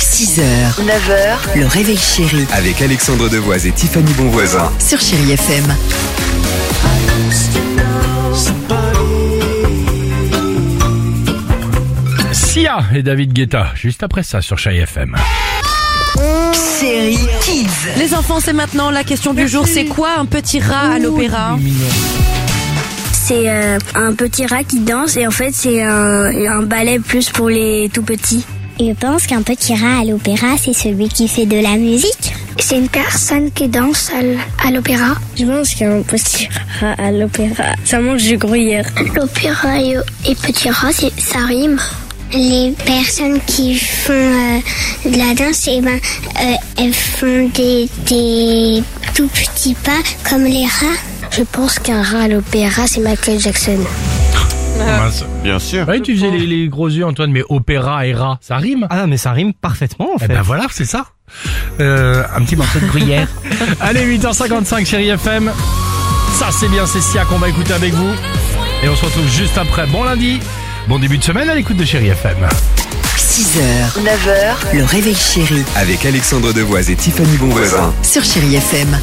6h, 9h, le réveil chéri Avec Alexandre Devoise et Tiffany Bonvoisin. sur Chéri FM. Sia et David Guetta, juste après ça sur Chai FM. Chéri Kids. Les enfants, c'est maintenant la question du jour. C'est quoi un petit rat à l'opéra C'est euh, un petit rat qui danse et en fait c'est un, un ballet plus pour les tout petits. Je pense qu'un petit rat à l'opéra c'est celui qui fait de la musique. C'est une personne qui danse à l'opéra. Je pense qu'un petit rat à l'opéra, ça mange du gruyère. L'opéra et, petit rat, ça rime. Les personnes qui font euh, de la danse, eh ben, euh, elles font des, des tout petits pas comme les rats. Je pense qu'un rat à l'opéra, c'est Michael Jackson. Bien sûr. Oui, tu faisais les, les gros yeux, Antoine, mais opéra et rat, ça rime Ah mais ça rime parfaitement en Eh fait. ben voilà, c'est ça. Euh, un petit morceau de gruyère. Allez, 8h55, chérie FM. Ça, c'est bien, c'est Sia qu'on va écouter avec vous. Et on se retrouve juste après. Bon lundi, bon début de semaine à l'écoute de chérie FM. 6h, 9h, le réveil chéri Avec Alexandre Devoise et Tiffany Bonvoisin. sur Chéri FM.